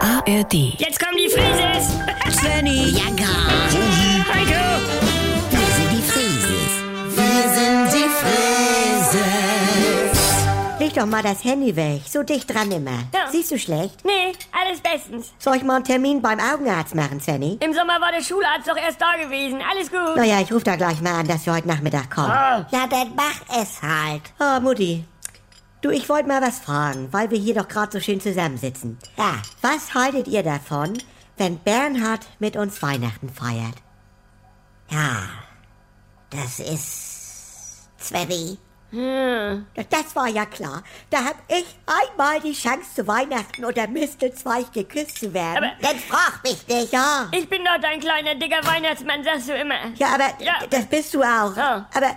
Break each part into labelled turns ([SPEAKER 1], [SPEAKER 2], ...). [SPEAKER 1] ARD.
[SPEAKER 2] Jetzt kommen die Frises!
[SPEAKER 3] Svenny,
[SPEAKER 4] Jagger.
[SPEAKER 2] Heiko!
[SPEAKER 4] Wir sind die Frieses. Wir sind die Frieses.
[SPEAKER 3] leg doch mal das Handy weg. So dicht dran immer.
[SPEAKER 2] Ja.
[SPEAKER 3] Siehst du schlecht?
[SPEAKER 2] Nee, alles bestens.
[SPEAKER 3] Soll ich mal einen Termin beim Augenarzt machen, Svenny?
[SPEAKER 2] Im Sommer war der Schularzt doch erst da gewesen. Alles gut.
[SPEAKER 3] Naja, ich ruf da gleich mal an, dass wir heute Nachmittag kommen.
[SPEAKER 2] Ah,
[SPEAKER 4] Ja, dann mach es halt.
[SPEAKER 3] Ah, Mutti. Du, ich wollte mal was fragen, weil wir hier doch gerade so schön zusammensitzen.
[SPEAKER 4] Ja,
[SPEAKER 3] Was haltet ihr davon, wenn Bernhard mit uns Weihnachten feiert?
[SPEAKER 4] ja. Das ist. Svenny.
[SPEAKER 2] Hm.
[SPEAKER 3] Das war ja klar. Da hab ich einmal die Chance, zu Weihnachten unter Mistelzweig geküsst zu werden.
[SPEAKER 2] Aber-
[SPEAKER 4] Dann frag mich nicht.
[SPEAKER 3] ja.
[SPEAKER 2] ich bin doch dein kleiner, dicker Weihnachtsmann, sagst du immer.
[SPEAKER 3] Ja, aber
[SPEAKER 2] Ja.
[SPEAKER 3] d- das bist du auch.
[SPEAKER 2] Ja.
[SPEAKER 3] Aber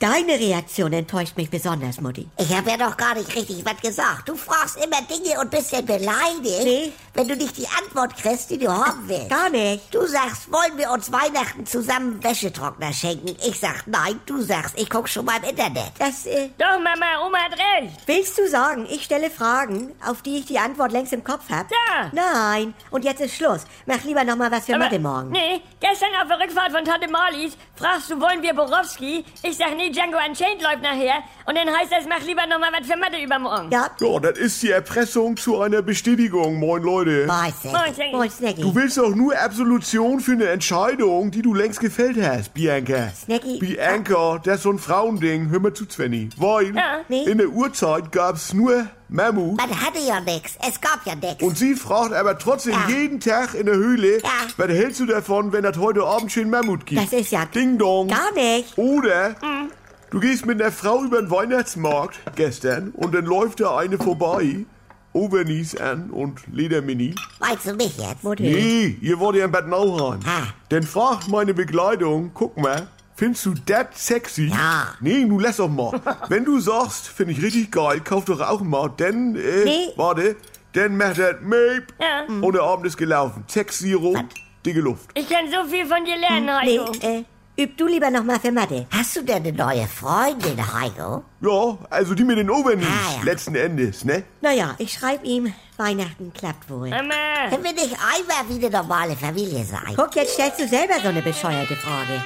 [SPEAKER 3] deine Reaktion enttäuscht mich besonders, Mutti.
[SPEAKER 4] Ich habe ja noch gar nicht richtig was gesagt. Du fragst immer Dinge und bist dann beleidigt,
[SPEAKER 3] Nee.
[SPEAKER 4] wenn du nicht die Antwort kriegst, die du haben willst.
[SPEAKER 3] Gar nicht.
[SPEAKER 4] Du sagst, wollen wir uns Weihnachten zusammen Wäschetrockner schenken? Ich sag nein, du sagst, ich guck schon mal im Internet.
[SPEAKER 3] Das äh,
[SPEAKER 2] Doch, Mama, Oma hat recht.
[SPEAKER 3] willst du sagen, ich stelle Fragen, auf die ich die Antwort längst im Kopf hab?
[SPEAKER 2] Ja.
[SPEAKER 3] Nein. Und jetzt ist Schluss. Mach lieber noch mal was für Mathe morgen.
[SPEAKER 2] Nee, gestern auf der Rückfahrt von Tante Marlies fragst du, wollen wir Borowski? Ich sag, nee, Django Unchained läuft nachher. Und dann heißt das, mach lieber nochmal was für Mathe übermorgen.
[SPEAKER 3] Ja,
[SPEAKER 5] Ja, das ist die Erpressung zu einer Bestätigung, moin Leute.
[SPEAKER 4] Weiß ich.
[SPEAKER 2] Moin, Schenki.
[SPEAKER 3] moin, Snacky.
[SPEAKER 5] Du willst doch nur Absolution für eine Entscheidung, die du längst gefällt hast, Bianca.
[SPEAKER 3] Snacky.
[SPEAKER 5] Bianca, das ist so ein Frauending. Hör mal zu, Svenny. Weil
[SPEAKER 2] Ja.
[SPEAKER 3] Nee.
[SPEAKER 5] in der Urzeit gab's nur Mammut.
[SPEAKER 4] Man hatte ja nix. Es gab ja nix.
[SPEAKER 5] Und sie fragt aber trotzdem
[SPEAKER 4] Ja.
[SPEAKER 5] jeden Tag in der Höhle,
[SPEAKER 4] Ja.
[SPEAKER 5] was hältst du davon, wenn das heute Abend schön Mammut gibt?
[SPEAKER 3] Das ist ja-
[SPEAKER 5] Ding Dong.
[SPEAKER 3] Gar nicht.
[SPEAKER 5] Oder
[SPEAKER 4] Mhm.
[SPEAKER 5] du gehst mit einer Frau über den Weihnachtsmarkt gestern und dann läuft da eine vorbei, Overnies an und Ledermini.
[SPEAKER 4] Meinst du mich jetzt?
[SPEAKER 3] Mutti.
[SPEAKER 5] Nee, ihr wollt ja in Bad Nauheim.
[SPEAKER 4] Ah.
[SPEAKER 5] Dann fragt meine Begleitung, guck mal, findest du das sexy?
[SPEAKER 4] Ja.
[SPEAKER 5] Nee, nun lass doch mal. Wenn du sagst, finde ich richtig geil, kauf doch auch mal, denn, äh,
[SPEAKER 3] Nee.
[SPEAKER 5] warte, dann macht er Meep
[SPEAKER 2] Ja.
[SPEAKER 5] und der Abend ist gelaufen. Sexy-Rum, dicke Luft.
[SPEAKER 2] Ich kann so viel von dir lernen,
[SPEAKER 3] Nee,
[SPEAKER 2] Heiko.
[SPEAKER 3] äh, üb du lieber noch mal für Mathe.
[SPEAKER 4] Hast du denn eine neue Freundin, Heiko?
[SPEAKER 5] Ja, also die mit den Overnies,
[SPEAKER 4] Ah, ja.
[SPEAKER 5] letzten Endes, ne?
[SPEAKER 3] Naja, ich schreib ihm, Weihnachten klappt wohl.
[SPEAKER 2] Mama.
[SPEAKER 4] Können wir nicht einmal wie eine normale Familie sein?
[SPEAKER 3] Guck, jetzt stellst du selber so eine bescheuerte Frage.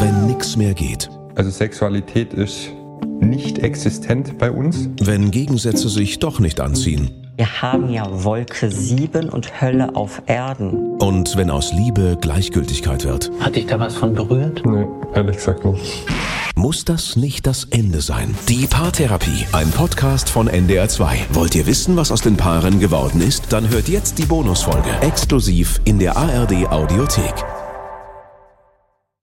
[SPEAKER 6] Wenn nix mehr geht.
[SPEAKER 7] Also Sexualität ist nicht existent bei uns.
[SPEAKER 6] Wenn Gegensätze sich doch nicht anziehen.
[SPEAKER 8] Wir haben ja Wolke 7 und Hölle auf Erden.
[SPEAKER 6] Und wenn aus Liebe Gleichgültigkeit wird.
[SPEAKER 9] Hat dich da was von berührt?
[SPEAKER 7] Nee, ehrlich gesagt nicht.
[SPEAKER 6] Muss das nicht das Ende sein? Die Paartherapie, ein Podcast von NDR2. Wollt ihr wissen, was aus den Paaren geworden ist? Dann hört jetzt die Bonusfolge exklusiv in der ARD Audiothek.